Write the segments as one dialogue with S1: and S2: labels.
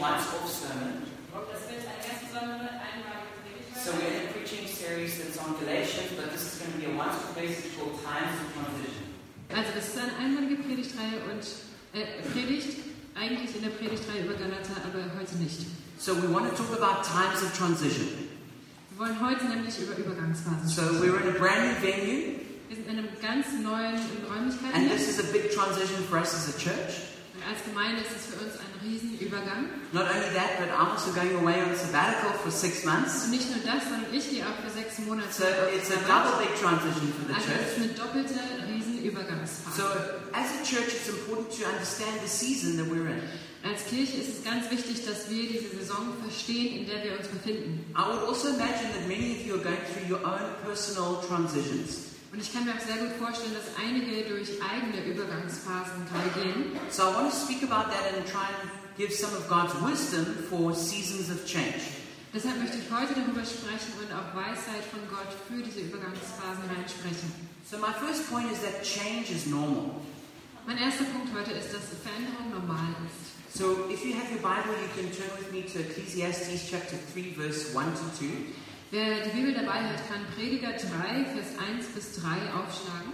S1: once whole sermon.
S2: Das wird eine ganz besondere, einmalige Predigt
S1: So
S2: werden.
S1: we're in a preaching series that's on Galatians, but this is going to be a once whole message called Times of Transition.
S3: Also das ist eine einmalige Predigtreihe und äh, Predigt, eigentlich in der Predigtreihe über Galater, aber heute nicht.
S4: So we want to talk about times of transition.
S3: Wir wollen heute nämlich über Übergangsphasen
S4: So
S3: sprechen.
S4: we're in a brand new venue,
S3: Wir sind in einem ganz neuen in Räumlichkeiten.
S4: and this is a big transition for us as a church.
S3: Und als Gemeinde ist es für uns ein Riesenübergang.
S4: Not only that, but I'm also going away on sabbatical for six months.
S3: Und Also nicht nur das, sondern ich gehe auch für sechs Monate.
S4: So it's a
S3: auf Arbeit.
S4: double big transition for the
S3: Also es ist
S4: church.
S3: eine doppelte Riesenübergangsphase.
S4: So as a church, it's important to understand the season that we're in.
S3: Als Kirche ist es ganz wichtig, dass wir diese Saison verstehen, in der wir uns befinden.
S4: I would also imagine that many of you are going through your own personal transitions.
S3: Und ich kann mir auch sehr gut vorstellen, dass einige durch eigene Übergangsphasen gerade gehen.
S4: So I want to speak about that and try and give some of God's wisdom for seasons of change.
S3: Deshalb möchte ich heute darüber sprechen und auch Weisheit von Gott für diese Übergangsphasen reinsprechen.
S4: So my first point is that change is normal.
S3: Mein erster Punkt heute ist, dass Veränderung normal ist.
S4: So if you have your Bible, you can turn with me to Ecclesiastes chapter 3 verse 1 to 2.
S3: Wer die Bibel dabei hat, kann Prediger 3, Vers 1 bis 3 aufschlagen.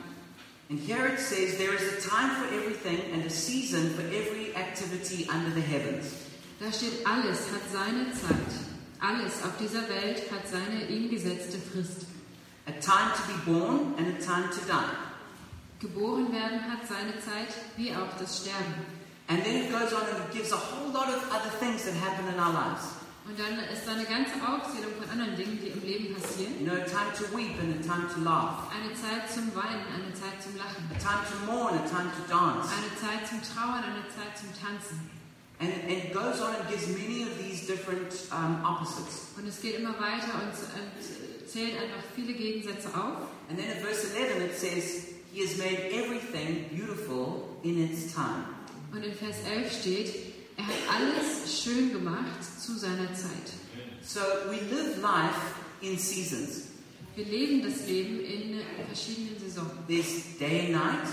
S4: And here it says, There is a time for everything and a season for every activity under the heavens.
S3: Da steht, alles hat seine Zeit. Alles auf dieser Welt hat seine ihm gesetzte Frist.
S4: A time to be born and a time to die.
S3: Geboren werden hat seine Zeit, wie auch das Sterben.
S4: And then it goes on and it gives a whole lot of other things that happen in our lives.
S3: Und dann ist da eine ganze Aufzählung von anderen Dingen, die im Leben passieren.
S4: You know, a time to weep and a time to laugh.
S3: Eine Zeit zum Weinen, eine Zeit zum Lachen.
S4: A time to mourn, a time to dance.
S3: Eine Zeit zum Trauern, eine Zeit zum Tanzen.
S4: And, and it goes on and gives many of these different um, opposites.
S3: Und es geht immer weiter und, und zählt einfach viele Gegensätze auf.
S4: And then in verse 11 it says, He has made everything beautiful in its time.
S3: Und in Vers 11 steht, er hat alles schön gemacht zu seiner Zeit.
S4: So we live life in seasons.
S3: Wir leben das Leben in verschiedenen Saisonen.
S4: There's day and night,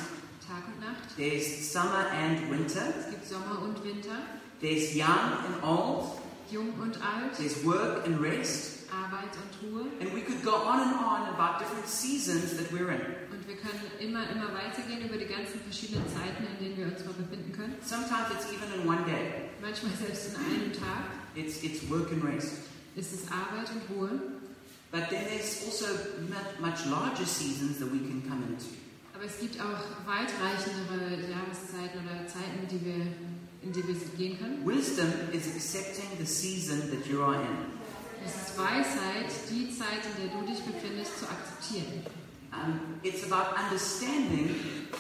S3: Tag und Nacht.
S4: there's summer and winter,
S3: Es gibt Sommer und Winter,
S4: there's young and old,
S3: Jung und Alt,
S4: there's work and rest,
S3: Arbeit und Ruhe.
S4: and we could go on and on about different seasons that we're in.
S3: Und wir können immer, immer weitergehen über die ganzen verschiedenen Zeiten, in denen wir uns mal befinden können.
S4: Sometimes it's even in one day.
S3: Manchmal selbst in einem Tag
S4: It's, it's work and rest.
S3: ist es Arbeit und Ruhe.
S4: But then there's also much, much larger seasons that we can come into.
S3: Aber es gibt auch weitreichendere Jahreszeiten oder Zeiten, die wir, in die wir gehen können.
S4: Wisdom is accepting the season that you are in.
S3: Es ist Weisheit, die Zeit, in der du dich befindest, zu akzeptieren.
S4: Um, it's about understanding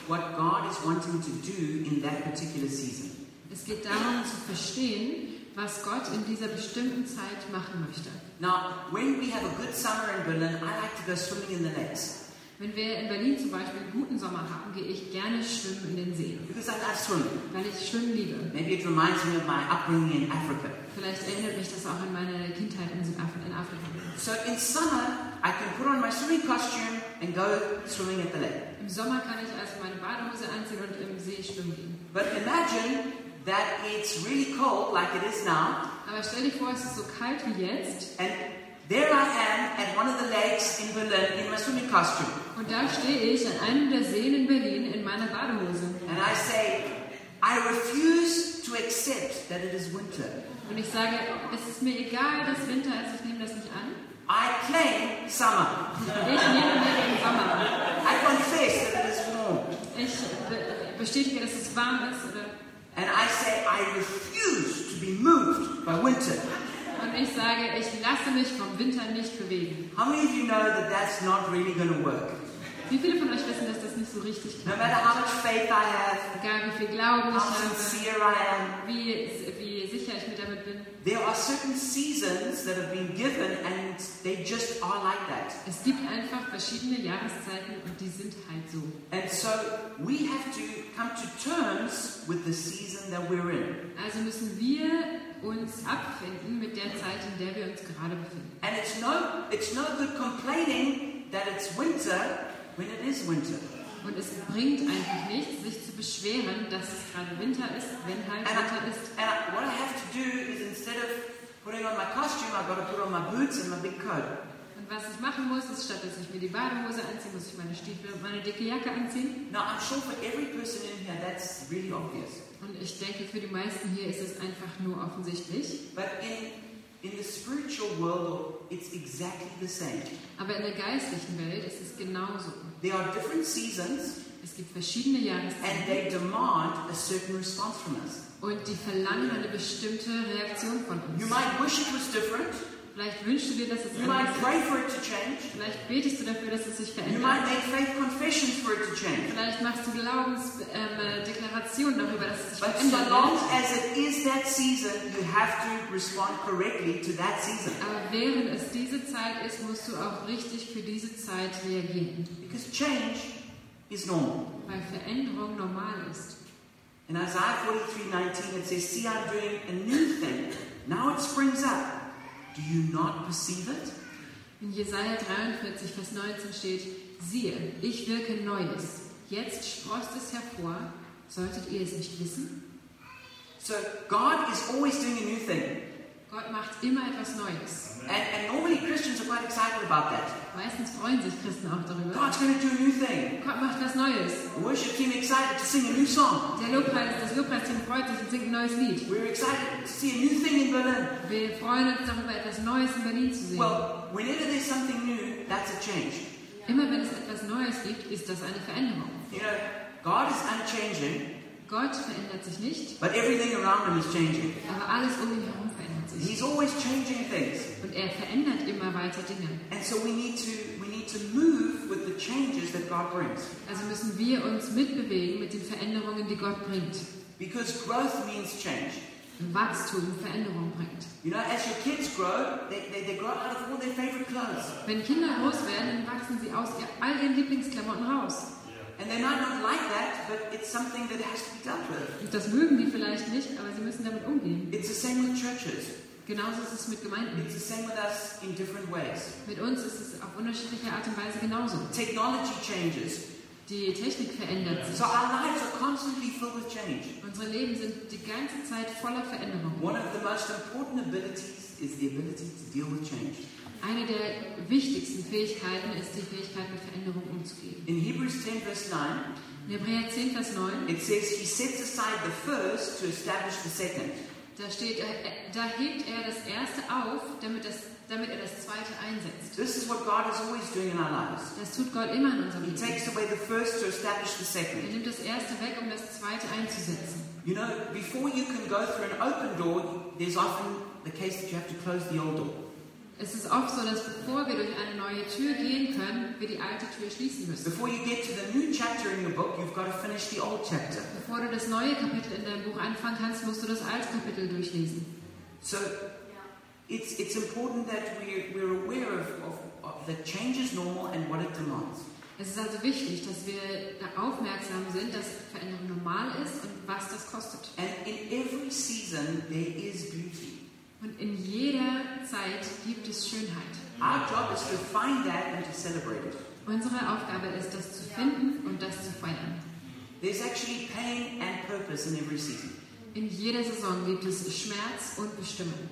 S4: what God is wanting to do in that particular season.
S3: Es geht darum zu verstehen, was Gott in dieser bestimmten Zeit machen möchte.
S4: Now, when we have a good summer in Berlin, I like to go swimming in the lakes
S3: Wenn wir in Berlin zum Beispiel einen guten Sommer haben, gehe ich gerne schwimmen in den See,
S4: because I love swimming.
S3: weil ich schwimmen liebe.
S4: Maybe it reminds me of my upbringing in Africa.
S3: Vielleicht erinnert mich das auch an meine Kindheit in Südafrika. In Afrika.
S4: So in summer, I can put on my swimming costume and go swimming at the lake.
S3: Im Sommer kann ich also meine Badehose anziehen und im See schwimmen gehen.
S4: But imagine that it's really cold, like it is now,
S3: Aber stell dir vor, es ist so kalt wie jetzt
S4: and there I am at one of the lakes in Berlin in my swimming costume,
S3: und da stehe ich an einem der Seen in Berlin in meiner Badehose.
S4: and I say, I refuse to accept that it is winter.
S3: Und ich sage, es ist mir egal, dass Winter ist, ich nehme das nicht an.
S4: I claim summer.
S3: Ich nehme mir den Sommer an.
S4: I confess that it is warm.
S3: Ich be- bestätige, dass es warm ist. Oder?
S4: And I say, I refuse to be moved by winter.
S3: Und ich sage, ich lasse mich vom Winter nicht bewegen.
S4: How many of you know that that's not really going to work?
S3: Wie viele von euch wissen, dass das nicht so richtig
S4: No
S3: klappt?
S4: matter how much faith I have,
S3: Egal wie viel Glauben ich
S4: how
S3: habe,
S4: sincere I
S3: wie, wie sicher ich mir damit bin.
S4: am, there are certain seasons that have been given and they just are like that.
S3: Es gibt einfach verschiedene Jahreszeiten und die sind halt so.
S4: And so we have to come to terms with the season that we're in.
S3: Also müssen wir uns abfinden mit der Zeit, in der wir uns gerade befinden.
S4: And it's no, it's no good complaining that it's winter when it is winter.
S3: Und es bringt einfach nichts, sich zu beschweren, dass es gerade Winter ist, wenn halt
S4: And, I,
S3: Winter ist.
S4: and I, what I have to do is in Putting on my costume, I've got to put on my boots and my big coat.
S3: Und was ich machen muss, ist, statt dass ich mir die Badehose anziehe, muss ich meine Stiefel und meine dicke Jacke anziehen.
S4: Now, I'm sure for every person in here, that's really obvious.
S3: Und ich denke, für die meisten hier ist es einfach nur offensichtlich.
S4: But in, in the spiritual world, it's exactly the same.
S3: Aber in der geistlichen Welt ist es genauso.
S4: There are different seasons,
S3: Es gibt verschiedene
S4: and
S3: Jahreszeiten
S4: they demand a certain response from us.
S3: und die verlangen eine bestimmte Reaktion von
S4: You
S3: uns.
S4: might wish it was different.
S3: Vielleicht wünschst du dir, dass es
S4: You might
S3: anders ist.
S4: pray for it to change.
S3: Vielleicht betest du dafür, dass es sich
S4: You might
S3: verändert.
S4: make faith confessions for it to change.
S3: Vielleicht machst du Glaubensdeklarationen ähm, Deklarationen darüber, dass es sich
S4: But so
S3: verändert.
S4: long
S3: wird.
S4: as it is that season, you have to respond correctly to that season.
S3: Aber während es diese Zeit ist, musst du auch richtig für diese Zeit reagieren,
S4: Because change is normal.
S3: weil Veränderung normal ist.
S4: In Isaiah 43:19 it says, See, I'm doing a new thing. Now it springs up. Do you not perceive it?
S3: In Jesaja 43, Vers 19 steht: Siehe, ich wirke Neues. Jetzt sproßt es hervor. Solltet ihr es nicht wissen?
S4: So God is always doing a new thing.
S3: Gott macht immer etwas Neues.
S4: And, and normally Christians are quite excited about that.
S3: Meistens freuen sich Christen auch darüber.
S4: God's going to do a new thing.
S3: Gott macht was Neues.
S4: The worship team excited to sing a new song.
S3: Der Lobpreis, das Lobpreisteam freut sich und singt ein neues Lied.
S4: We're excited to see a new thing in Berlin.
S3: Wir freuen uns darüber, etwas Neues in Berlin zu sehen.
S4: Well, whenever there's something new, that's a change.
S3: Immer wenn es etwas Neues gibt, ist das eine Veränderung.
S4: You know, God is unchanging,
S3: Gott verändert sich nicht,
S4: but everything around him is changing.
S3: aber alles um ihn herum verändert sich.
S4: He's always changing things.
S3: Und er verändert immer weiter Dinge.
S4: And so we need to we need to move with the changes that God brings.
S3: Also müssen wir uns mitbewegen mit den Veränderungen, die Gott bringt.
S4: Because growth means change.
S3: Und Wachstum Veränderung bringt.
S4: You know, as your kids grow, they, they, they grow out of all their favorite clothes.
S3: Wenn Kinder groß werden, dann wachsen sie aus ihr- all ihren Lieblingsklamotten raus.
S4: And they might not like that, but it's something that has to be dealt with.
S3: Und das mögen die vielleicht nicht, aber sie müssen damit umgehen.
S4: It's the same with churches.
S3: Genauso ist es mit Gemeinden.
S4: It's the same with us in different ways.
S3: Mit uns ist es auf unterschiedliche Art und Weise genauso.
S4: Technology changes.
S3: Die Technik verändert sich.
S4: So our lives are constantly filled with change.
S3: Unsere Leben sind die ganze Zeit voller Veränderung.
S4: One of the most important abilities is the ability to deal with change.
S3: Eine der wichtigsten Fähigkeiten ist die Fähigkeit, mit Veränderung umzugehen.
S4: In Hebrews 10, verse 9,
S3: In Hebräer 10, Vers 9,
S4: it says, He sets aside the first to establish the second.
S3: da steht, äh, da hebt er das Erste auf, damit, das, damit er das Zweite einsetzt.
S4: This is what God is always doing in our lives.
S3: Das tut Gott immer in unserem
S4: He
S3: Leben.
S4: takes away the first to establish the
S3: Er
S4: second.
S3: nimmt das Erste weg, um das Zweite einzusetzen.
S4: You know, before you can go through an open door, there's often the case that you have to close the old door.
S3: Es ist oft so, dass bevor wir durch eine neue Tür gehen können, wir die alte Tür schließen müssen.
S4: Before you get to the new chapter in your book, you've got to finish the old chapter.
S3: Bevor du das neue Kapitel in deinem Buch anfangen kannst, musst du das alte Kapitel durchlesen.
S4: So
S2: Ja.
S4: it's, it's important that we're, we're aware of, of, of that change is normal and what it demands.
S3: Es ist also wichtig, dass wir da aufmerksam sind, dass Veränderung normal ist und was das kostet.
S4: And in every season, there is beauty.
S3: Und in jeder Zeit gibt es Schönheit.
S4: Our job is to find that and to celebrate it.
S3: Unsere Aufgabe ist, das zu finden und das zu feiern.
S4: There's actually pain and purpose in every season.
S3: In jeder Saison gibt es Schmerz und Bestimmung.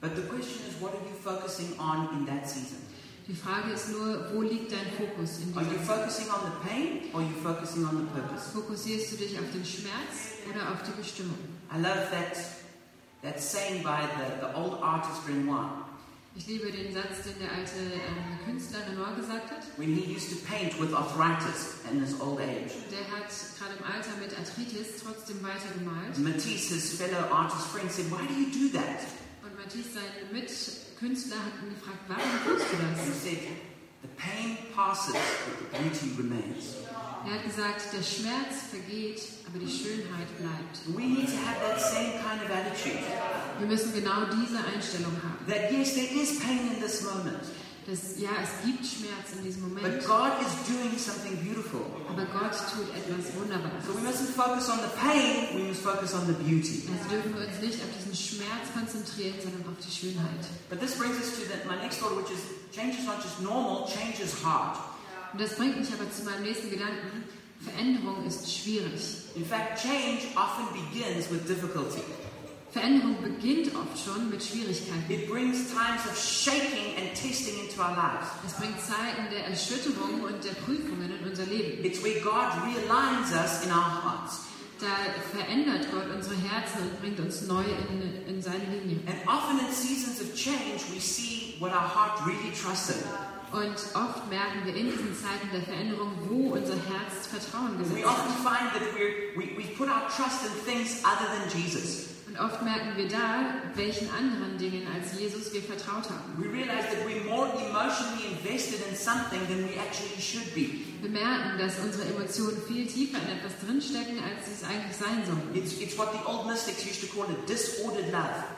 S4: But the question is, what are you focusing on in that season?
S3: Die Frage ist nur, wo liegt dein Fokus in
S4: Are you
S3: dieser Zeit?
S4: focusing on the pain or are you focusing on the purpose?
S3: Fokussierst du dich auf den Schmerz oder auf die Bestimmung?
S4: I love that, that saying by the, the old artist Renoir.
S3: Ich liebe den Satz, den der alte ähm, Künstler Renoir gesagt hat.
S4: When he used to paint with arthritis in his old age,
S3: Der hat gerade im Alter mit Arthritis trotzdem weitergemalt.
S4: Matisse, his fellow artist friend, said, Why do you do that?
S3: Und Matthias, sein Mitkünstler, hat ihn gefragt, warum tust du
S4: And he
S3: das?
S4: said, The pain passes, but the beauty remains.
S3: Er hat gesagt, der Schmerz vergeht, aber die Schönheit bleibt.
S4: We need to have that same kind of attitude.
S3: Wir müssen genau diese Einstellung haben.
S4: That yes, there is pain in this moment,
S3: Dass, ja, es gibt Schmerz in diesem
S4: but
S3: Moment,
S4: God is doing something beautiful.
S3: aber Gott tut etwas Wunderbares.
S4: So we mustn't focus on the pain, we must focus on the beauty.
S3: Also dürfen wir uns nicht auf diesen Schmerz konzentrieren, sondern auf die Schönheit.
S4: But this brings us to the, my next thought, which is change is not just normal, change is hard.
S3: Und das bringt mich aber zu meinem nächsten Gedanken. Veränderung ist schwierig.
S4: In fact, change often begins with difficulty.
S3: Veränderung beginnt oft schon mit Schwierigkeiten.
S4: It brings times of shaking and testing into our lives.
S3: Es bringt Zeiten der Erschütterung und der Prüfungen in unser Leben.
S4: It's where God realigns us in our hearts.
S3: Da verändert Gott unsere Herzen und bringt uns neu in, in seine Linie.
S4: And often in seasons of change, we see what our heart really trusts in.
S3: Und oft merken wir in diesen Zeiten der Veränderung, wo unser Herz Vertrauen gesetzt
S4: We often
S3: ist.
S4: find that we're, we, we put our trust in things other than Jesus.
S3: Und oft merken wir da, welchen anderen Dingen als Jesus wir vertraut haben.
S4: We realize that we're more emotionally invested in something than we actually should be.
S3: Wir merken, dass unsere Emotionen viel tiefer in etwas drinstecken, als sie es eigentlich sein sollen.
S4: It's, it's what the old mystics used to call a disordered love.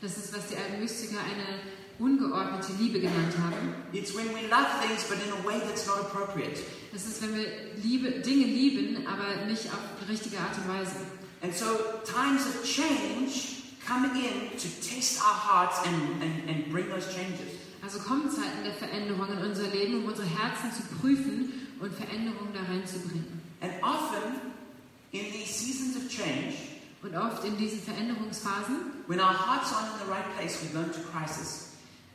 S3: Das ist, was die alten Mystiker eine ungeordnete Liebe genannt haben.
S4: It's when we love things but in a way that's not appropriate.
S3: Das ist, wenn wir Liebe, Dinge lieben, aber nicht auf die richtige Art und Weise.
S4: And so times of change come in to test our hearts and, and, and bring those changes.
S3: Also kommen Zeiten der Veränderung in unser Leben, um unsere Herzen zu prüfen und Veränderungen da reinzubringen.
S4: And often in these seasons of change,
S3: Und oft in diesen Veränderungsphasen
S4: when our hearts aren't in the right place, we go into crisis.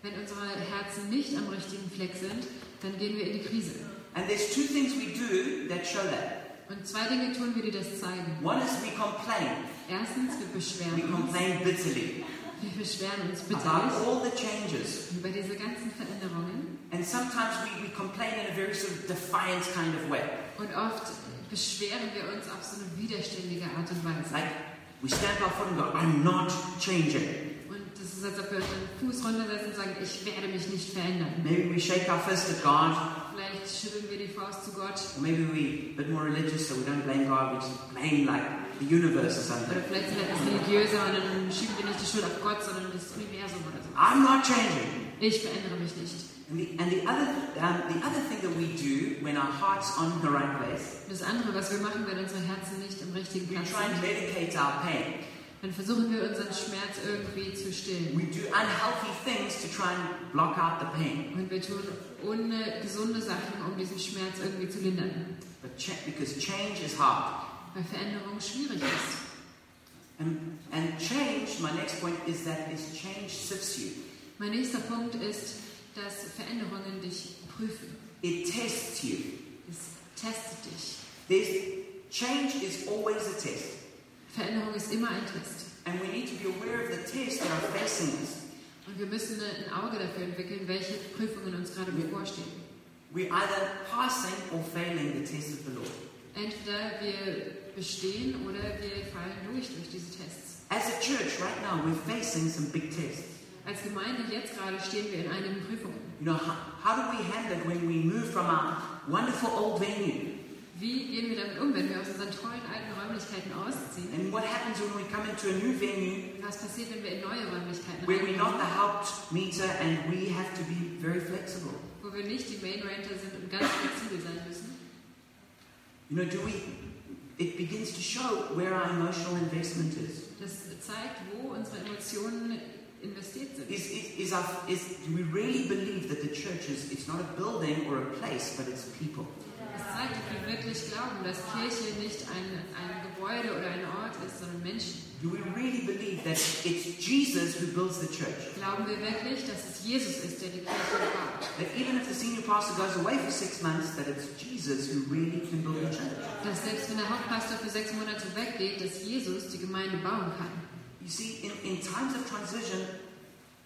S3: Wenn unsere Herzen nicht am richtigen Fleck sind, dann gehen wir in die Krise.
S4: And there's two things we do that show that.
S3: Und zwei Dinge tun wir, die das zeigen.
S4: One is we complain.
S3: Erstens, wir beschweren
S4: We
S3: uns.
S4: complain bitterly
S3: Wir beschweren uns
S4: about
S3: bitterlich
S4: all the changes.
S3: über diese ganzen Veränderungen.
S4: And sometimes we, we complain in a very sort of defiant kind of way.
S3: Und oft beschweren wir uns auf so eine widerständige Art und Weise.
S4: Like we stamp our foot and go, I'm not changing.
S3: Und das ist, als ob wir unseren Fuß runtersetzen und sagen, ich werde mich nicht verändern.
S4: Maybe we shake our fist at God,
S3: Vielleicht schütteln wir die Faust zu Gott.
S4: or maybe we a bit more religious, so we don't blame God, we just blame like the universe or
S3: Oder
S4: something.
S3: vielleicht sind wir etwas religiöser und dann schieben wir nicht die Schuld auf Gott, sondern das Universum oder so.
S4: I'm not changing.
S3: Ich verändere mich nicht.
S4: And the, and the other um, the other thing that we do when our hearts aren't in the right place,
S3: Das andere, was wir machen, wenn unsere Herzen nicht im richtigen
S4: we
S3: Platz
S4: try and
S3: sind,
S4: medicate our pain.
S3: dann versuchen wir unseren Schmerz irgendwie zu stillen.
S4: We do unhealthy things to try and block out the pain.
S3: Und wir tun ohne gesunde Sachen, um diesen Schmerz irgendwie zu lindern.
S4: But cha- because change is hard.
S3: Weil Veränderung schwierig ist.
S4: And, and change, my next point is that is change sifts you.
S3: Mein nächster Punkt ist, dass Veränderungen dich prüfen.
S4: It tests you.
S3: Es testet dich.
S4: There's, change is always a test.
S3: Veränderung ist immer ein Test.
S4: And we need to be aware of the tests that are facing us.
S3: Und wir müssen ein Auge dafür entwickeln, welche Prüfungen uns gerade bevorstehen.
S4: We're either passing or failing the test of the Lord.
S3: Entweder wir bestehen oder wir fallen durch durch diese Tests.
S4: As a church, right now, we're facing some big tests.
S3: Als Gemeinde jetzt gerade stehen wir in einigen Prüfungen.
S4: You know, how, how do we handle it when we move from our wonderful old venue?
S3: Wie gehen wir damit um, wenn wir aus unseren tollen alten Räumlichkeiten ausziehen?
S4: And what happens when we come into a new venue
S3: Was passiert, wenn wir in neue Räumlichkeiten
S4: where we're not the
S3: reinkommen,
S4: helped meter and we have to be very flexible?
S3: wo wir nicht die Main Renter sind und ganz flexibel sein müssen?
S4: You know, do we? It begins to show where our emotional investment is.
S3: Das zeigt, wo unsere Emotionen investiert sind.
S4: Is, is, is, our, is do we really believe that the church is? It's not a building or a place, but it's people.
S3: Es zeigt, ob wir wirklich glauben, dass Kirche nicht ein, ein Gebäude oder ein Ort ist, sondern Menschen.
S4: Do we really believe that it's Jesus who builds the church?
S3: Glauben wir wirklich, dass es Jesus ist, der die Kirche baut?
S4: That even if the senior pastor goes away for six months, that it's Jesus who really can build the church?
S3: Dass selbst wenn der Hauptpastor für sechs Monate weggeht, dass Jesus die Gemeinde bauen kann?
S4: You see, in, in times of transition,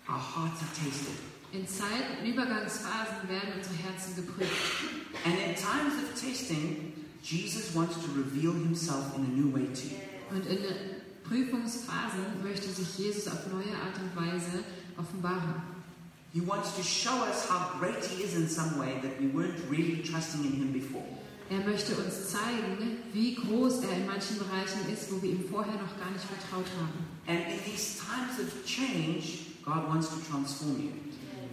S4: our hearts are tasted.
S3: In Zeiten, in Übergangsphasen werden unsere Herzen geprüft.
S4: And in times of testing, Jesus wants to reveal himself in a new way to you.
S3: Und in den Prüfungsphasen möchte sich Jesus auf neue Art und Weise offenbaren.
S4: He wants to show us how great he is in some way that we weren't really trusting in him before.
S3: Er möchte uns zeigen, wie groß er in manchen Bereichen ist, wo wir ihm vorher noch gar nicht vertraut haben.
S4: And in these times of change, God wants to transform you.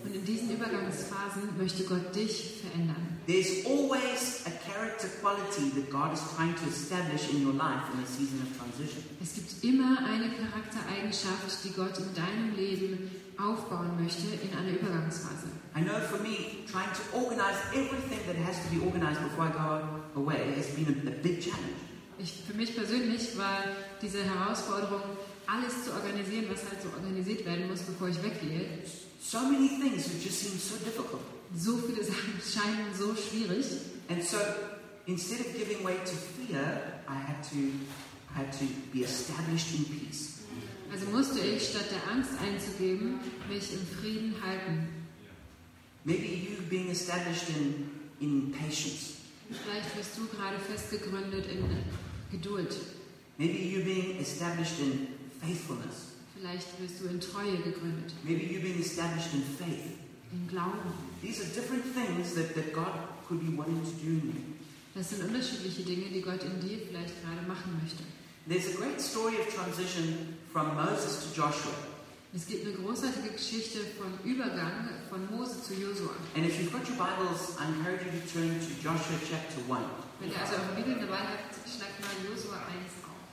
S3: Und in diesen Übergangsphasen möchte Gott dich verändern.
S4: There's always a character quality that God is trying to establish in your life in a season of transition.
S3: Es gibt immer eine Charaktereigenschaft, die Gott in deinem Leben aufbauen möchte in einer Übergangsphase.
S4: I know for me, trying to organize everything that has to be organized before I go away has been a, a big challenge.
S3: Ich, für mich persönlich war diese Herausforderung, alles zu organisieren, was halt so organisiert werden muss, bevor ich weggehe.
S4: So many things that just seem so difficult.
S3: So viele Sachen scheinen so schwierig.
S4: And so instead of giving way to fear, I had to, I had to be established in peace.
S3: Also musste ich, statt der Angst einzugeben, mich im Frieden halten.
S4: Maybe you being established in, in patience.
S3: Vielleicht bist du gerade festgegründet in Geduld.
S4: Maybe you being established in faithfulness.
S3: Vielleicht bist du in Treue gegründet,
S4: Maybe you being established in faith.
S3: im Glauben.
S4: These are different things that, that God could be wanting to do in you.
S3: Das sind unterschiedliche Dinge, die Gott in dir vielleicht gerade machen möchte.
S4: There's a great story of transition from Moses to Joshua.
S3: Es gibt eine großartige Geschichte von Übergang von Mose zu Josua.
S4: And if you've got your Bibles, I encourage you to turn to Joshua chapter 1.
S3: Wenn ihr also eure Bibeln dabei habt, schlagt mal Josua 1 auf.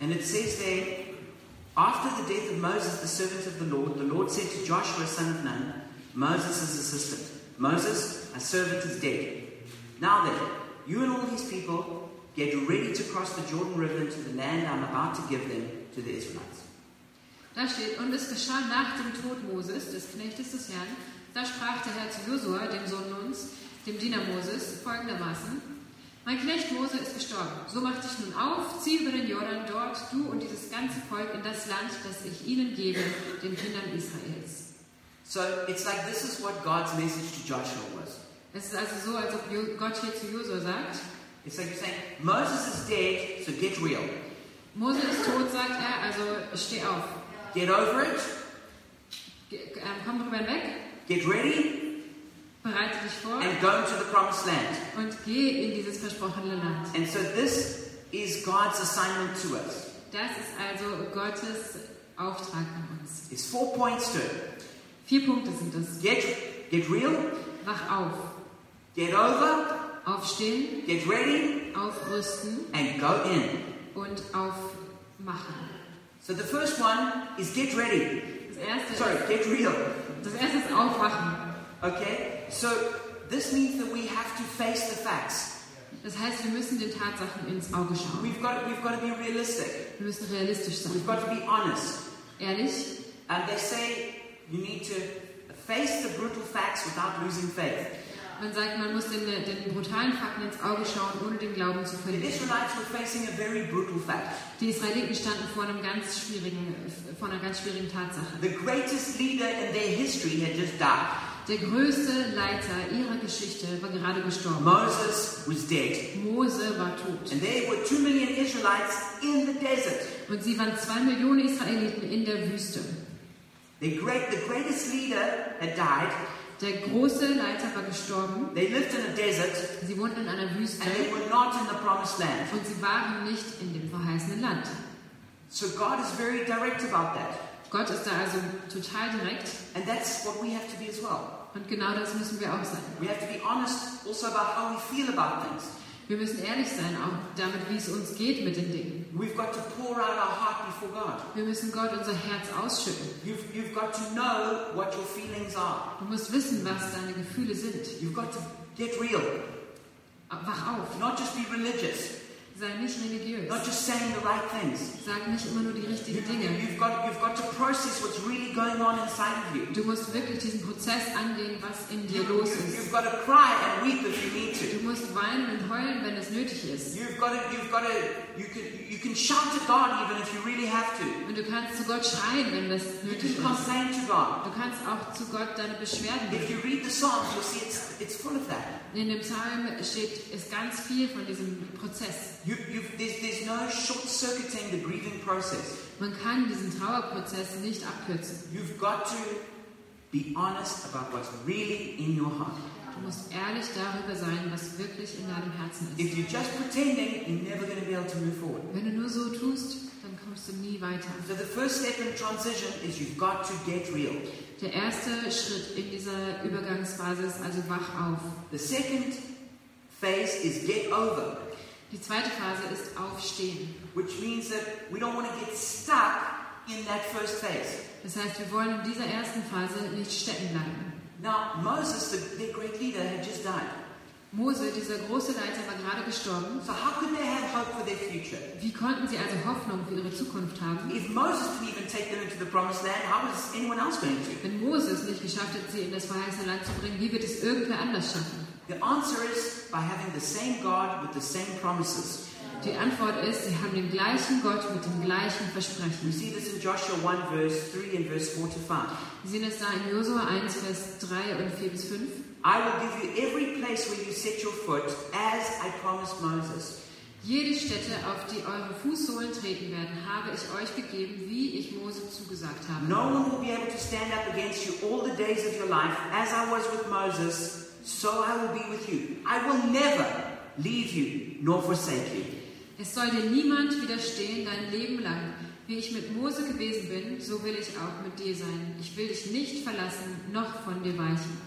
S4: And it says there, after the death of Moses, the servant of the Lord, the Lord said to Joshua, son of Nun, Moses' assistant, Moses, a servant is dead. Now then, you and all these people get ready to cross the Jordan River into the land I'm about to give them to the Israelites.
S3: Da steht, und es geschah nach dem Tod Moses, des Knechtes des Herrn, da sprach der Herr zu Josua, dem Sohn Nuns, dem Diener Moses, folgendermaßen, mein Knecht Mose ist gestorben. So mach dich nun auf, zieh über den Jordan dort, du und dieses ganze Volk in das Land, das ich ihnen gebe, den Kindern Israels.
S4: So it's like this is what God's message to Joshua was.
S3: Es ist also so, als ob Jo- Gott hier zu Josua sagt,
S4: It's like saying, Moses is dead, so get real.
S3: Mose ist tot, sagt er, also steh auf.
S4: Get over it,
S3: Ge- äh, Komm drüber hinweg,
S4: get ready,
S3: bereite dich vor
S4: and go into the promised land.
S3: und geh in dieses versprochene Land.
S4: And so this is God's assignment to us.
S3: Das ist also Gottes Auftrag an uns.
S4: There's four points to it.
S3: Vier Punkte sind es.
S4: Get get real,
S3: Wach auf,
S4: get over,
S3: aufstehen,
S4: get ready,
S3: aufrüsten
S4: and go in.
S3: und aufmachen.
S4: So the first one is get ready.
S3: Das erste,
S4: Sorry, get real.
S3: das erste ist aufwachen.
S4: Okay? So this means that we have to face the facts.
S3: Das heißt, wir müssen den Tatsachen ins Auge schauen.
S4: We've got we've got to be realistic.
S3: Wir müssen realistisch sein.
S4: We've got to be honest.
S3: Ehrlich?
S4: And they say you need to face the brutal facts without losing faith.
S3: Man sagt, man muss den, den brutalen Fakten ins Auge schauen, ohne den Glauben zu
S4: The
S3: verlieren.
S4: Israelites were facing a very brutal fact.
S3: Die Israeliten standen vor, einem ganz schwierigen, vor einer ganz schwierigen Tatsache.
S4: The greatest leader in their history had just died.
S3: Der größte Leiter ihrer Geschichte war gerade gestorben.
S4: Moses was dead.
S3: Mose war tot.
S4: And there were two million Israelites in the desert.
S3: Und sie waren zwei Millionen Israeliten in der Wüste.
S4: The, great, the greatest leader had died.
S3: Der große Leiter war gestorben.
S4: They lived in a desert
S3: Sie wohnten in einer Wüste
S4: and they were not in the promised land.
S3: und sie waren nicht in dem verheißenen Land.
S4: So God is very direct about that.
S3: Gott ist da also total direkt
S4: And that's what we have to be as well.
S3: und genau das müssen wir auch sein.
S4: We have to be honest also about how we feel about things.
S3: Wir müssen ehrlich sein, auch damit, wie es uns geht mit den Dingen.
S4: We've got to pour out our heart before God.
S3: Wir müssen Gott unser Herz ausschütten.
S4: You've, you've got to know what your feelings are.
S3: Du musst wissen, was deine Gefühle sind.
S4: You've got to get real.
S3: Wach auf.
S4: Not just be religious.
S3: Sei nicht religiös.
S4: Not just saying the right things.
S3: Sag nicht immer nur die
S4: You,
S3: richtigen Dinge.
S4: have got, you've got to process what's really going on inside of you.
S3: Du musst wirklich diesen Prozess angehen, was in dir
S4: You,
S3: los ist.
S4: have got to cry and weep if you need
S3: Du
S4: to.
S3: musst weinen und heulen, wenn es nötig ist.
S4: You've got to, you've got to, you can, you can shout at God even if you really have to.
S3: Und du kannst zu Gott schreien, wenn das
S4: You
S3: nötig
S4: can
S3: ist.
S4: complain to God.
S3: Du kannst auch zu Gott deine Beschwerden
S4: If
S3: bringen.
S4: you read the Psalms, you'll see it's, it's full of that.
S3: In dem Psalm steht ist ganz viel von diesem Prozess.
S4: You, you've, there's, there's no short circuiting the grieving process.
S3: Man kann diesen Trauerprozess nicht abkürzen.
S4: You've got to be honest about what's really in your heart.
S3: Du musst ehrlich darüber sein, was wirklich in deinem Herzen ist.
S4: If you're just pretending, you're never going to be able to move forward.
S3: Wenn du nur so tust, dann kommst du nie weiter.
S4: So the first step in transition is you've got to get real.
S3: Der erste Schritt in dieser Übergangsphase ist also wach auf.
S4: The second phase is get over,
S3: Die zweite Phase ist aufstehen.
S4: which means that we don't want to get stuck in that first phase.
S3: Das heißt, wir wollen in dieser ersten Phase nicht stecken bleiben.
S4: Now, Moses, the, their great leader, had just died.
S3: Mose, dieser große Leiter, war gerade gestorben.
S4: So how could they have hope for their future?
S3: Wie konnten sie also Hoffnung für ihre Zukunft haben?
S4: If Moses didn't even take them into the promised land, how was anyone else going to?
S3: Wenn Mose es nicht geschafft hat, sie in das verheißene Land zu bringen, wie wird es irgendwer anders schaffen?
S4: The answer is by having the same God with the same promises.
S3: Die Antwort ist, sie haben den gleichen Gott mit dem gleichen
S4: We
S3: Versprechen.
S4: see this in Joshua 1, verse 3 and verse 4 to 5.
S3: Sie sehen es da in Josua 1, Vers 3 und 4 bis 5.
S4: I will give you every place where you set your foot, as I promised Moses.
S3: Jede Stätte, auf die eure Fußsohlen treten werden, habe ich euch gegeben, wie ich Mose zugesagt habe.
S4: No one will be able to stand up against you all the days of your life, as I was with Moses, so I will be with you. I will never leave you nor forsake you.
S3: Es soll dir niemand widerstehen dein Leben lang. Wie ich mit Mose gewesen bin, so will ich auch mit dir sein. Ich will dich nicht verlassen, noch von dir weichen.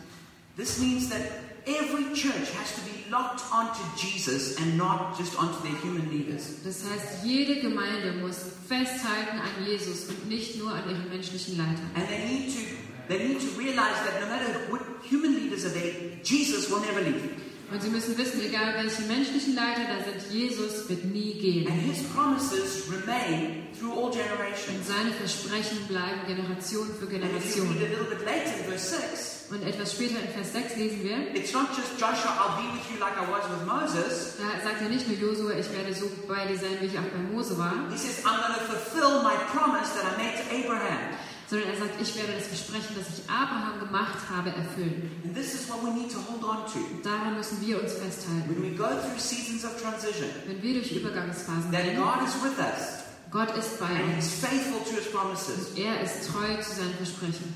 S4: This means that every church has to be locked onto Jesus and not just onto their human leaders.
S3: Das heißt, jede Gemeinde muss festhalten an Jesus und nicht nur an ihren menschlichen Leitern.
S4: And they need to they need to realize that no matter what human leaders are there, Jesus will never leave.
S3: Und sie müssen wissen, egal welche menschlichen Leiter da sind, Jesus wird nie gehen.
S4: And his promises remain through all
S3: Und
S4: generations.
S3: seine Versprechen bleiben Generation für
S4: And if you
S3: Generation.
S4: read a little bit later in verse 6,
S3: Und etwas später in Vers 6 lesen wir,
S4: it's not just Joshua, I'll be with you like I was with Moses.
S3: da sagt er nicht nur Josua, ich werde so bei dir sein, wie ich auch bei Mose war,
S4: He says, I'm going to fulfill my promise that I made to Abraham.
S3: sondern er sagt, ich werde das Versprechen, das ich Abraham gemacht habe, erfüllen.
S4: And this is what we need to hold on to.
S3: Daran müssen wir uns festhalten.
S4: When we go through seasons of transition,
S3: Wenn wir durch Übergangsphasen
S4: that
S3: gehen,
S4: God is with us
S3: Gott ist bei
S4: and
S3: uns.
S4: He's faithful to His promises.
S3: Und er ist treu zu seinen Versprechen.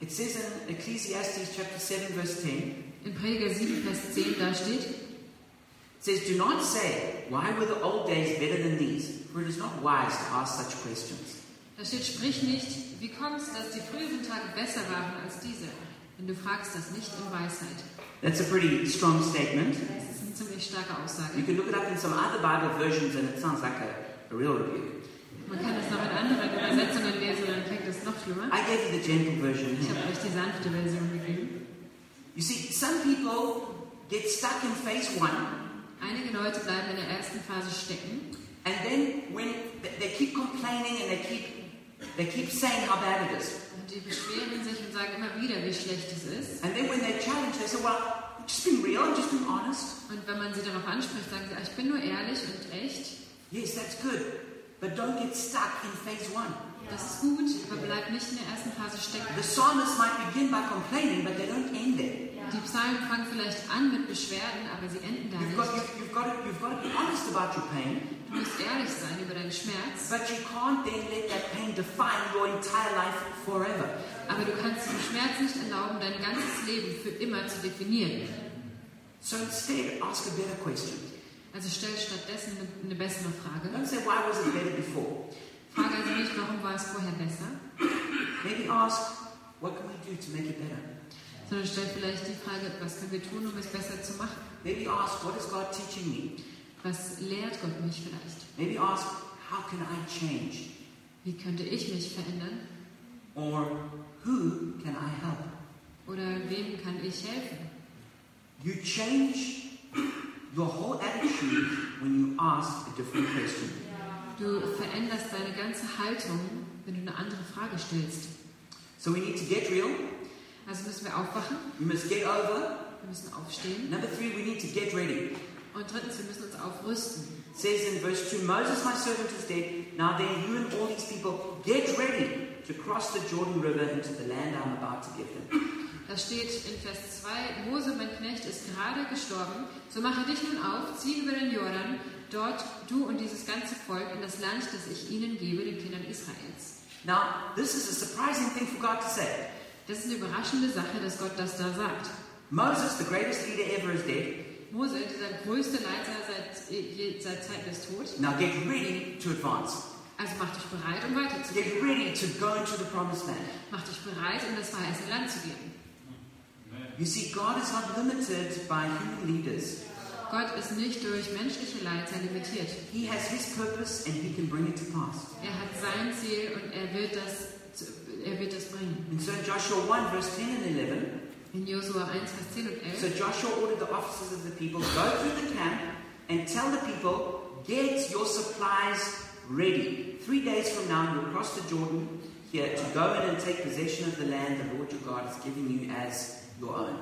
S4: It says in Ecclesiastes chapter 7, verse 10,
S3: In Prediger 7, Vers 10, da steht,
S4: It says, Do not say, Why were the old days better than these? For it is not wise to ask such questions.
S3: da steht, sprich nicht, wie kommt es, dass die früheren Tage besser waren als diese? Denn du fragst das nicht in Weisheit.
S4: That's a pretty strong statement.
S3: Das ist eine ziemlich starke
S4: You
S3: Aussage.
S4: can look it up in some other Bible versions and it sounds like a, a real rebuke.
S3: Man kann das noch in anderen Übersetzungen lesen, dann klingt das noch schlimmer.
S4: I gave you the gentle version
S3: Ich
S4: here.
S3: habe euch die sanfte Version gegeben.
S4: You see, some people get stuck in phase one
S3: Einige Leute bleiben in der ersten Phase stecken
S4: and then when they- they keep complaining and they keep they keep saying how bad it is.
S3: und die beschweren sich und sagen immer wieder, wie schlecht es ist.
S4: And then when they're challenged, they say, Well, I'm just being real, I'm just being honest.
S3: Und wenn man sie darauf anspricht, sagen sie, "Ah, ich bin nur ehrlich und echt.
S4: Yes, that's good. But don't get stuck in phase one.
S3: Das ist gut, aber bleib nicht in der ersten Phase stecken.
S4: The psalmist might begin by complaining, but they don't end there.
S3: Die Psalmen fangen vielleicht an mit Beschwerden, aber sie enden da
S4: You've got,
S3: nicht.
S4: you've, you've, got to, you've got to be honest about your pain,
S3: Du musst ehrlich sein über deinen Schmerz,
S4: but you can't then let that pain define your entire life forever.
S3: aber du kannst dem Schmerz nicht erlauben, dein ganzes Leben für immer zu definieren.
S4: So instead, ask a better question.
S3: Also stell stattdessen eine, eine bessere Frage.
S4: Don't say, why was it better before?
S3: Frage also nicht, warum war es vorher besser,
S4: Maybe ask, what can we do to make it better?
S3: sondern stell vielleicht die Frage, was können wir tun, um es besser zu machen?
S4: Maybe ask, what is God teaching me?
S3: Was lehrt Gott mich vielleicht?
S4: Maybe ask, how can I change?
S3: Wie könnte ich mich verändern?
S4: Or, who can I help?
S3: Oder wem kann ich helfen?
S4: You change your whole attitude when you ask a different question.
S3: Du veränderst deine ganze Haltung, wenn du eine andere Frage stellst.
S4: So we need to get real.
S3: Also müssen wir aufwachen,
S4: We must get over.
S3: wir müssen aufstehen.
S4: Number three, we need to get ready.
S3: Und drittens, wir müssen uns aufrüsten.
S4: It says in verse 2 Moses, my servant, is dead. Now then, you and all these people, get ready to cross the Jordan River into the land I'm about to give them.
S3: Da steht in Vers 2, Mose, mein Knecht, ist gerade gestorben. So mache dich nun auf, zieh über den Jordan, dort du und dieses ganze Volk in das Land, das ich ihnen gebe, den Kindern Israels.
S4: Now, this is a surprising thing for God to say.
S3: Das ist eine überraschende Sache, dass Gott das da sagt.
S4: Moses, the greatest leader ever, is dead.
S3: Mose, dieser größte Leiter seit, eh, je- seit Zeit des Todes,
S4: Now get ready to advance.
S3: also mach dich bereit, um weiterzugehen.
S4: Get ready to go into the promised land.
S3: Mach dich bereit, um das verheißene Land zu gehen.
S4: You see, God is not limited by human leaders,
S3: Gott ist nicht durch menschliche Leiter limitiert.
S4: He has His purpose and He can bring it to pass.
S3: Er hat sein Ziel und er wird das zu- er wird das bringen.
S4: And so in Joshua 1, verse 10 and 11,
S3: In Josua 1, Vers 10 und 11.
S4: so Joshua ordered the officers of the people, go through the camp and tell the people, get your supplies ready. Three days from now, you'll cross the Jordan here to go in and take possession of the land the Lord your God is giving you as your own.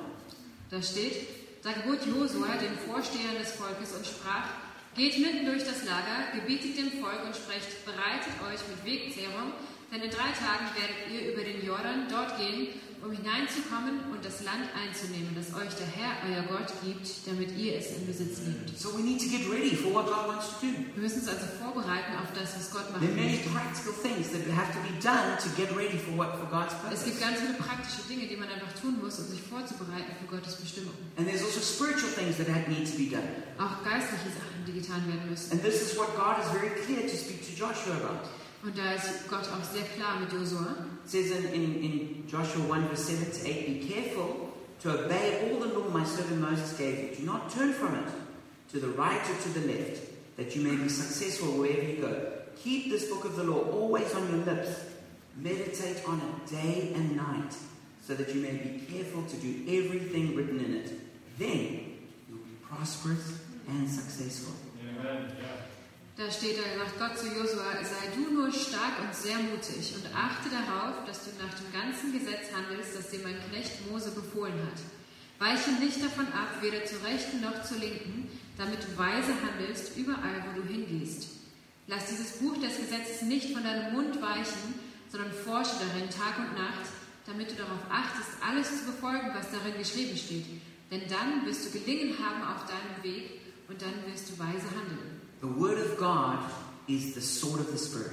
S3: Da steht, da gebot Josua den Vorstehern des Volkes und sprach, geht mitten durch das Lager, gebietet dem Volk und sprecht, bereitet euch mit Wegzehrung, denn in drei Tagen werdet ihr über den Jordan dort gehen, um hineinzukommen und das Land einzunehmen, das euch der Herr, euer Gott, gibt, damit ihr es in Besitz nehmt.
S4: So we need to get ready for what God wants to do.
S3: Wir müssen uns also vorbereiten auf das, was Gott
S4: There are
S3: machen
S4: many
S3: möchte.
S4: practical things that have to be done to get ready for what for God's
S3: Es
S4: purpose.
S3: gibt ganz viele praktische Dinge, die man einfach tun muss, um sich vorzubereiten für Gottes Bestimmung.
S4: And there's also spiritual things that have- need to be done.
S3: Auch geistliche Sachen, die getan werden müssen.
S4: And this is what God is very clear to speak to Joshua about.
S3: Und da ist Gott auch sehr klar mit Josua.
S4: It says in, in, in Joshua 1 verse 7 to 8, Be careful to obey all the law my servant Moses gave you. Do not turn from it to the right or to the left, that you may be successful wherever you go. Keep this book of the law always on your lips. Meditate on it day and night, so that you may be careful to do everything written in it. Then you'll be prosperous and successful.
S5: Amen. Yeah.
S3: Da steht, da sagt Gott zu Josua, sei du nur stark und sehr mutig und achte darauf, dass du nach dem ganzen Gesetz handelst, das dir mein Knecht Mose befohlen hat. Weiche nicht davon ab, weder zur Rechten noch zur Linken, damit du weise handelst überall, wo du hingehst. Lass dieses Buch des Gesetzes nicht von deinem Mund weichen, sondern forsche darin Tag und Nacht, damit du darauf achtest, alles zu befolgen, was darin geschrieben steht. Denn dann wirst du gelingen haben auf deinem Weg und dann wirst du weise handeln.
S4: The Word of God is the sword of the Spirit.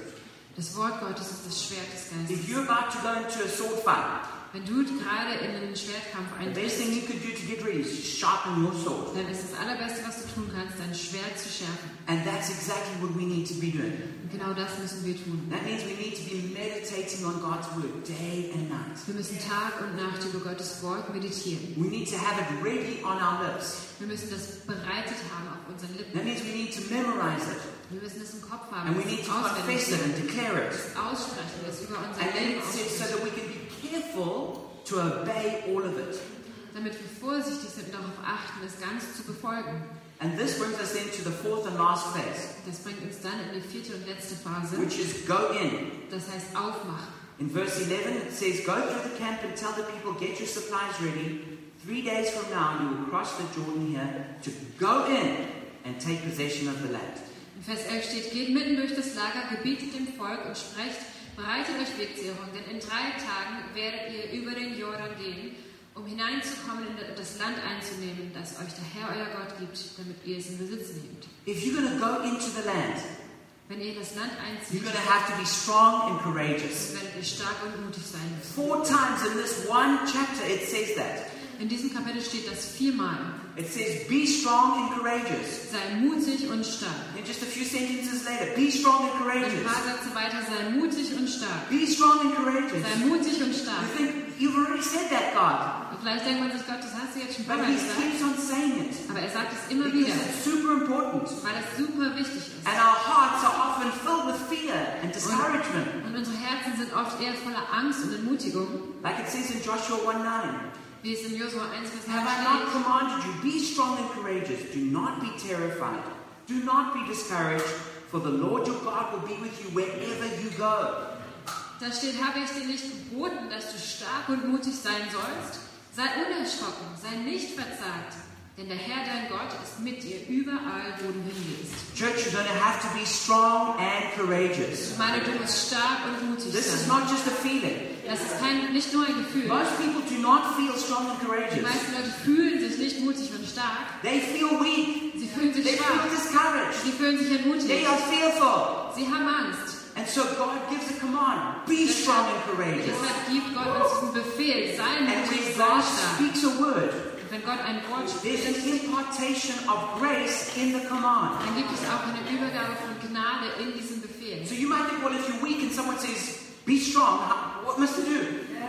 S3: Das Wort Gottes ist das Schwert des
S4: If
S3: Geistes.
S4: you're about to go into a sword fight,
S3: Wenn du gerade in einen Schwertkampf
S4: The best thing
S3: eintrittst,
S4: you could do to get ready is sharpen your sword.
S3: dann ist das Allerbeste, was du tun kannst, dein Schwert zu schärfen.
S4: And that's exactly what we need to be doing.
S3: Und genau das müssen wir tun.
S4: That means we need to be meditating on God's word day and night.
S3: Wir müssen Tag und Nacht über Gottes Wort meditieren.
S4: We need to have it ready on our lips.
S3: Wir müssen das bereitet haben auf unseren Lippen.
S4: That means we need to memorize it.
S3: Wir müssen es im Kopf haben.
S4: And we
S3: Wir
S4: need
S3: müssen
S4: to
S3: es auswendig
S4: confess it
S3: lernen,
S4: and declare it.
S3: es aussprechen, das über unser
S4: And then
S3: Leben
S4: it says so
S3: aussprechen.
S4: that we can be careful to obey all of it.
S3: Damit wir vorsichtig sind und darauf achten, es ganz zu befolgen.
S4: And this brings us then to the fourth and last phase,
S3: Das bringt uns dann in die vierte und letzte Phase.
S4: which is go in.
S3: Das heißt aufmachen.
S4: In verse 11, it says, Go through the camp and tell the people, get your supplies ready. Three days from now, you will cross the Jordan here to go in and take possession of the land.
S3: In Vers 11 steht, geht mitten durch das Lager, gebietet dem Volk und sprecht, bereitet euch Wegzehrung, denn in drei Tagen werdet ihr über den Jordan gehen, um hineinzukommen und das Land einzunehmen, das euch der Herr euer Gott gibt, damit ihr es in Besitz nehmt.
S4: If you're going to go into the land,
S3: Wenn ihr das Land einzieht,
S4: you're going to have to be strong and courageous.
S3: werdet ihr stark und mutig sein müssen.
S4: Four times in this one chapter, it says that.
S3: In diesem Kapitel steht das viermal.
S4: It says, Be strong and courageous.
S3: Sei mutig und stark.
S4: Then just a few sentences later, Be strong and
S3: Ein paar
S4: courageous.
S3: Sätze weiter, sei mutig und stark.
S4: Be strong and
S3: Sei
S4: courageous.
S3: mutig und
S4: You
S3: stark.
S4: think, You've already said that, God.
S3: Und vielleicht denkt man sich, Gott, das hast du jetzt schon ein paar
S4: But
S3: Mal
S4: He
S3: gesagt.
S4: keeps on saying it.
S3: Aber er sagt es immer
S4: Because
S3: wieder.
S4: it's super important.
S3: weil es super wichtig ist.
S4: And our hearts are often filled with fear and discouragement.
S3: Und unsere Herzen sind oft eher voller Angst und Entmutigung,
S4: Like it says in Joshua 1 9.
S3: wie es in Josua 1, Vers 9
S4: Have I not
S3: steht.
S4: commanded you? Be strong and courageous. Do not be terrified. Do not be discouraged. For the Lord your God will be with you wherever you go.
S3: Da steht, habe ich dir nicht geboten, dass du stark und mutig sein sollst? Sei unerschrocken, sei nicht verzagt, denn der Herr, dein Gott, ist mit dir überall, wo du hingehst.
S4: Church, you're going to have to be strong and courageous.
S3: Ich meine, du musst stark und mutig
S4: This is
S3: sein.
S4: not just a feeling.
S3: Das ist kein, nicht nur ein Gefühl.
S4: Most people do not feel strong and
S3: Die
S4: courageous.
S3: meisten Leute fühlen sich nicht mutig und stark.
S4: They feel weak.
S3: Sie fühlen
S4: They
S3: sich
S4: feel
S3: schwach.
S4: discouraged.
S3: Sie fühlen sich
S4: They
S3: entmutigt.
S4: are fearful.
S3: Sie haben Angst.
S4: And so God gives a command be strong and courageous.
S3: Deshalb gibt Gott uns diesen Befehl, sei
S4: And
S3: mutig,
S4: when
S3: sei
S4: God
S3: stark.
S4: speaks a word,
S3: Wenn Gott ein Wort
S4: there's an
S3: spricht,
S4: impartation of grace in the command.
S3: dann gibt es auch eine Übergabe von Gnade in diesem Befehl.
S4: So you might think, well, if you're weak and someone says, be strong, how- what must I do?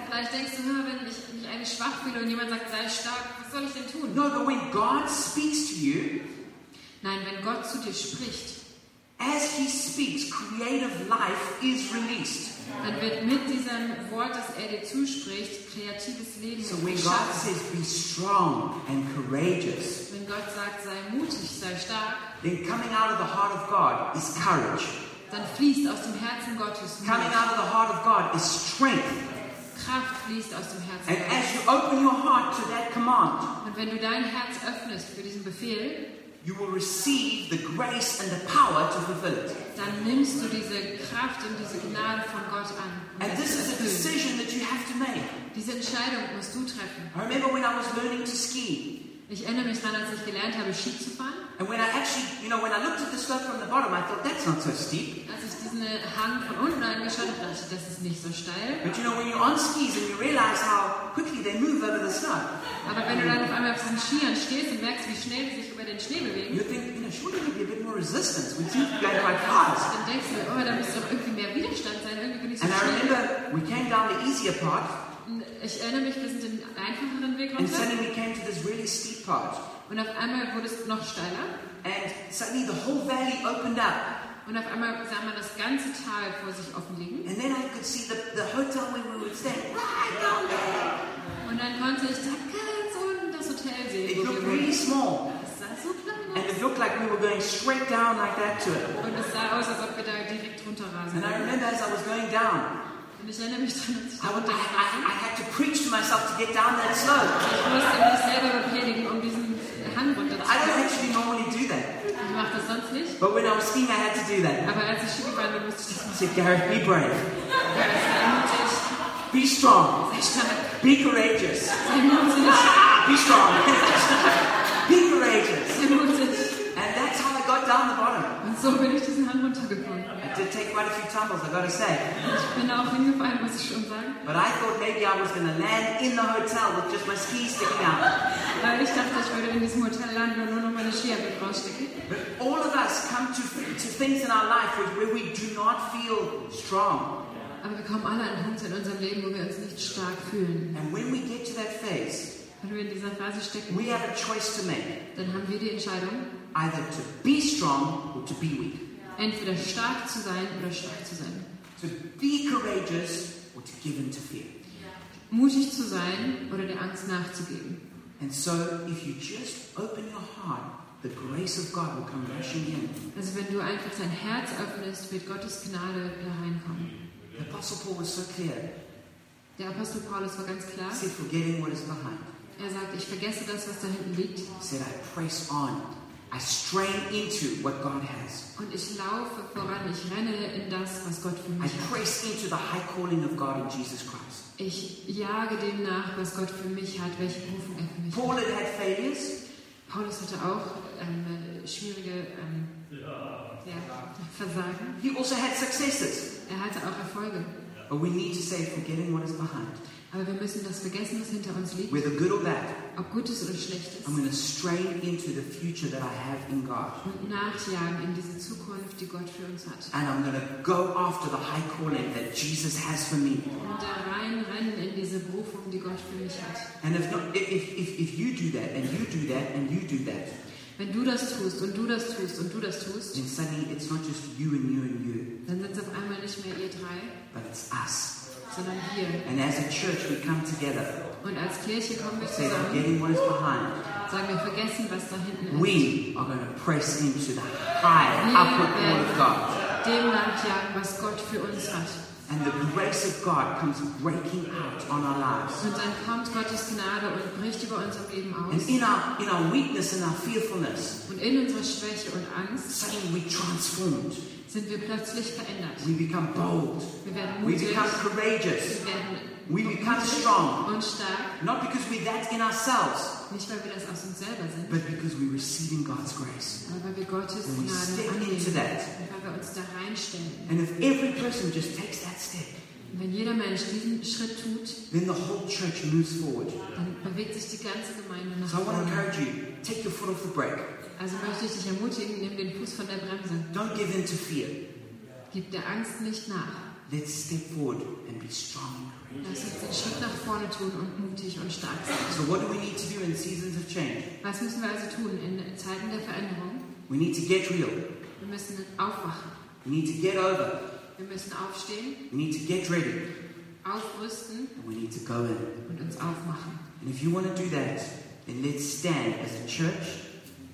S3: Vielleicht denkst du, hör, wenn ich mich eigentlich schwach fühle und jemand sagt, sei stark, was soll ich denn tun?
S4: No, but when God speaks to you,
S3: Nein, wenn Gott zu dir spricht,
S4: As he speaks, creative life is released.
S3: Dann wird mit diesem Wort, das er dir zuspricht, kreatives Leben
S4: So when God
S3: geschaffen.
S4: says, be strong and courageous,
S3: Wenn Gott sagt, sei mutig, sei stark,
S4: then coming out of the heart of God is courage.
S3: dann fließt aus dem Herzen Gottes Mut.
S4: Coming out of the heart of God is strength.
S3: Kraft fließt aus dem Herzen
S4: And
S3: Gottes.
S4: as you open your heart to that command,
S3: Und wenn du dein Herz öffnest für diesen Befehl,
S4: you will receive the grace and the power to fulfill it.
S3: dann nimmst du diese Kraft und diese Gnade von Gott an. Und
S4: And
S3: lässt
S4: this
S3: es
S4: is a
S3: erfüllen.
S4: decision that you have to make.
S3: Diese Entscheidung musst du treffen.
S4: I remember when I was learning to ski,
S3: Ich erinnere mich daran, als ich gelernt habe, Ski zu fahren.
S4: and when I actually, you know, when I looked at the slope from the bottom, I thought that's not so steep.
S3: Als ich diesen Hang von unten angeschaut habe, dachte ich, das ist nicht so steil.
S4: But you know, when you're on skis and you realize how quickly they move over the snow,
S3: Aber wenn du dann auf einmal auf diesen Skiern stehst und merkst, wie schnell sie sich über den Schnee bewegen,
S4: you think, you know, surely there'd be a bit more resistance. We seem to be going quite fast.
S3: dann denkst du mir, oh, da muss doch irgendwie mehr Widerstand sein, irgendwie bin ich so
S4: And I
S3: schnell.
S4: remember we came down the easier part,
S3: Und ich erinnere mich, wir sind den einfacheren Weg
S4: and
S3: runter
S4: suddenly we came to this really steep part.
S3: und auf einmal wurde es noch steiler
S4: And suddenly the whole valley opened up,
S3: und auf einmal sah man das ganze Tal vor sich offen liegen
S4: and then I could see the, the hotel where we would stay right down there.
S3: und dann konnte ich da ganz unten das Hotel
S4: It
S3: sehen, wo
S4: looked
S3: wir
S4: really
S3: waren.
S4: small,
S3: Es sah so
S4: and
S3: klein aus
S4: it looked like we were going straight down like that to it.
S3: und es sah aus, als ob wir da direkt runterrasen.
S4: And I remember as I was going down,
S3: Und ich erinnere mich daran, dass ich
S4: I,
S3: da
S4: would, I, I, I
S3: runtergefahren
S4: had to preach to myself to get down that slope.
S3: bin. Ich musste mich selber bepredigen, um diesen
S4: I
S3: Hang
S4: don't
S3: runterzufahren.
S4: actually normally do that,
S3: Ich mache das sonst nicht.
S4: but when I was skiing, I had to do that.
S3: Aber als ich Ski gefahren bin, musste ich das
S4: I
S3: machen.
S4: said, Gareth, be brave,
S3: Ja, es
S4: be strong,
S3: war mutig, sei stark,
S4: be courageous.
S3: sei mutig,
S4: Be strong. Be courageous.
S3: sei mutig.
S4: And that's how I got down the bottom.
S3: Und so bin ich diesen Hang runtergekommen.
S4: It did take quite a few tumbles, I gotta say.
S3: Ich bin auch hingefallen, muss ich schon sagen.
S4: But I thought maybe I was gonna land in the hotel with just my skis sticking out.
S3: Weil ich dachte, ich würde in diesem Hotel landen und nur noch meine Skier mit rausstecken.
S4: But all of us come to, to things in our life where, where we do not feel strong.
S3: Aber wir kommen alle an einen Punkt in unserem Leben, wo wir uns nicht stark fühlen.
S4: And when we get to that phase,
S3: Wenn wir in dieser Phase stecken,
S4: we have a choice to make
S3: dann haben wir die Entscheidung,
S4: either to be strong or to be weak,
S3: entweder stark zu sein oder schwach zu sein.
S4: to be courageous or to give in to fear.
S3: Mutig zu sein oder der Angst nachzugeben.
S4: And so, if you just open your heart, the grace of God will come rushing in.
S3: Also wenn du einfach dein Herz öffnest, wird Gottes Gnade da reinkommen.
S4: The Apostle Paul was so clear.
S3: Der Apostel Paulus war ganz klar.
S4: He said, forgetting what is behind.
S3: Er sagt, ich vergesse das, was da hinten liegt
S4: He said, I press on. I strain into what God has.
S3: und ich laufe voran, ich renne in das, was Gott für
S4: I
S3: mich hat.
S4: press into the high calling of God in Jesus Christ.
S3: Ich jage dem nach, was Gott für mich hat, welche Berufung er für mich hat.
S4: Paul had had failures,
S3: Paulus hatte auch ähm, schwierige ähm, ja, Versagen.
S4: he also had successes.
S3: Er hatte auch Erfolge.
S4: But we need to say, forgetting what is behind,
S3: Aber wir müssen das vergessen, was hinter uns liegt,
S4: whether good or bad,
S3: ob Gutes oder Schlechtes,
S4: I'm going to strain into the future that I have in God.
S3: und nachjagen in diese Zukunft, die Gott für uns hat.
S4: And I'm going to go after the high calling that Jesus has for me.
S3: Und da reinrennen in diese Berufung, die Gott für mich hat.
S4: And if not, if, if, if you do that, and you do that, and you do that,
S3: Wenn du das tust und du das tust und du das tust,
S4: then suddenly it's not just you and you and you,
S3: dann sind es auf einmal nicht mehr ihr drei,
S4: but it's us.
S3: sondern wir.
S4: And as a church, we come together,
S3: Und als Kirche kommen wir
S4: say,
S3: zusammen,
S4: forgetting what is behind.
S3: sagen wir, vergessen, was da hinten ist.
S4: We are going to press into the high upward call of God.
S3: Wir werden dem nachjagen, was Gott für uns hat.
S4: And the grace of God comes breaking out on our lives.
S3: Und dann kommt Gottes Gnade und bricht über unser Leben
S4: And
S3: aus.
S4: in our, in our weakness and our fearfulness,
S3: Und in unserer Schwäche und Angst
S4: suddenly we're transformed.
S3: sind wir plötzlich verändert.
S4: We become bold.
S3: Wir werden
S4: We
S3: mutig,
S4: become
S3: wir
S4: courageous.
S3: werden
S4: We become strong.
S3: und stark,
S4: Not because we're that in ourselves,
S3: nicht weil wir das aus uns selber sind,
S4: but because we're receiving God's grace.
S3: aber weil wir Gottes
S4: And we
S3: Gnade
S4: step into
S3: annehmen
S4: that.
S3: und weil wir uns da reinstellen.
S4: And if every person just takes that step,
S3: Und wenn jeder Mensch diesen Schritt tut,
S4: then the whole church moves forward.
S3: dann bewegt sich die ganze Gemeinde nach
S4: So I want to
S3: vorne.
S4: encourage you take your foot off the brake.
S3: Also möchte ich dich ermutigen, nimm den Fuß von der Bremse.
S4: Don't give in to fear.
S3: Gib der Angst nicht nach.
S4: Let's step forward and be strong.
S3: Lass uns den Schritt nach vorne tun und mutig und stark sein.
S4: So, what do we need to do in seasons of change?
S3: Was müssen wir also tun in Zeiten der Veränderung?
S4: We need to get real.
S3: Wir müssen aufwachen.
S4: We need to get over.
S3: Wir müssen aufstehen,
S4: We need to get ready.
S3: aufrüsten
S4: And we need to go in.
S3: und uns aufmachen.
S4: And if you want to do that, then let's stand as a church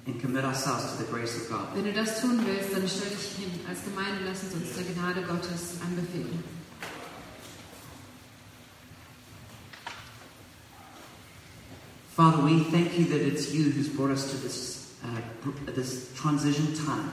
S4: and commit ourselves to the grace of God.
S3: Wenn du das tun willst, dann stell dich hin. Als Gemeinde lassen Sie uns der Gnade Gottes anbefehlen.
S4: Father, we thank you that it's you who's brought us to this, uh, gr- this transition time.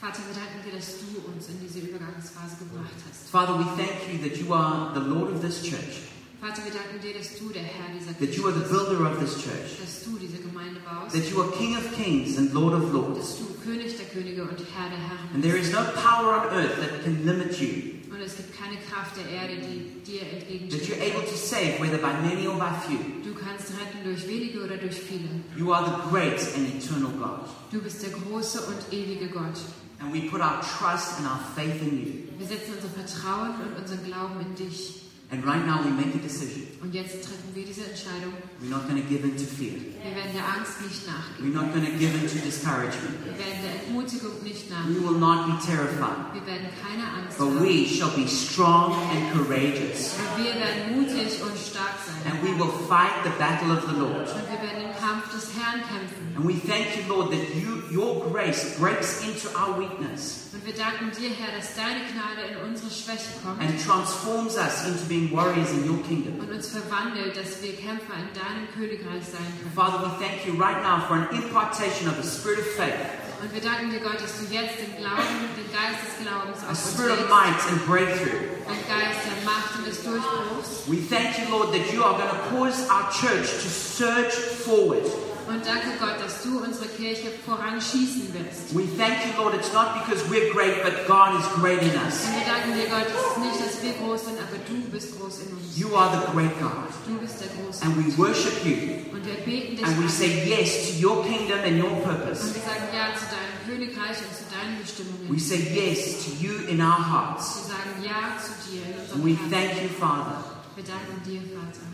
S3: Vater, wir danken dir, dass du uns in diese Übergangsphase gebracht hast.
S4: Father, we thank you that you are the Lord of this church,
S3: Vater, wir danken dir, dass du der Herr dieser
S4: that you are the
S3: Kirche bist,
S4: builder of this church,
S3: dass du diese Gemeinde baust,
S4: that you are King of kings and Lord of
S3: dass
S4: lords.
S3: du König der Könige und Herr der Herren
S4: And there is no power on earth that can limit you,
S3: bist. Und es gibt keine Kraft der Erde, die dir
S4: that you're
S3: entgegensteht.
S4: able to save whether by many or by few.
S3: Du kannst retten durch wenige oder durch viele.
S4: You are the great and eternal God.
S3: Du bist der große und ewige Gott.
S4: And we put our trust and our faith in you.
S3: Wir setzen unser Vertrauen und unseren Glauben in dich.
S4: And right now we make a decision.
S3: Und jetzt treffen wir diese Entscheidung.
S4: We're not going to give in to fear.
S3: Wir werden der Angst nicht
S4: We're
S3: nachgeben.
S4: not going to give in to discouragement.
S3: Wir werden der Entmutigung nicht
S4: We
S3: nachgeben.
S4: will not be terrified,
S3: Wir werden keine Angst
S4: but
S3: haben.
S4: we shall be strong and courageous.
S3: Und wir werden mutig und stark sein.
S4: And we will fight the battle of the Lord.
S3: Und wir werden den Kampf des Herrn kämpfen.
S4: And we thank you, Lord, that you, your grace breaks into our weakness
S3: Und wir danken dir, Herr, dass deine Gnade in unsere Schwäche kommt
S4: and transforms us into being warriors in your kingdom.
S3: und uns verwandelt, dass wir Kämpfer in deinem Königreich sein können.
S4: Father, we thank you right now for an impartation of a spirit of faith,
S3: Und wir danken dir, Gott, dass du jetzt den Glauben, den Geist des Glaubens
S4: a
S3: auf uns
S4: spirit of
S3: legst.
S4: might and breakthrough.
S3: Ein Geist der Macht und des Durchbruchs.
S4: We thank you, Lord, that you are going to cause our church to surge forward.
S3: Und danke Gott, dass du unsere Kirche voranschießen willst.
S4: We thank you, Lord, it's not because we're great, but God is great in us.
S3: Und wir danken dir, Gott, es ist nicht, dass wir groß sind, aber du bist groß in uns.
S4: You are the great God.
S3: Du bist der Große.
S4: And we worship you.
S3: Und wir beten dich an.
S4: And we
S3: Und
S4: say yes to your kingdom and your purpose.
S3: wir sagen Ja zu deinem Königreich und zu deinen Bestimmungen.
S4: We
S3: Wir
S4: say yes to you in our hearts.
S3: sagen Ja zu dir. in
S4: And we
S3: unserem Herzen.
S4: thank you, Father,
S3: Wir danken dir, Vater,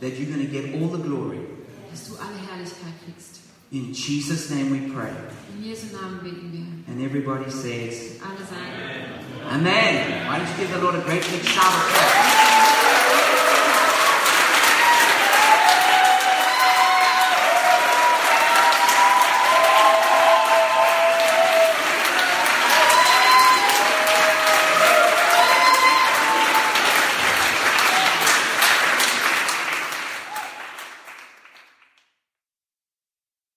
S4: that you're going to get all the glory.
S3: dass du alle Herrlichkeit kriegst.
S4: In Jesus' name we pray.
S3: In Jesu Namen beten
S4: And everybody says,
S3: wir. Alle sagen.
S4: Amen. Why don't you give the Lord a great big shout of applause?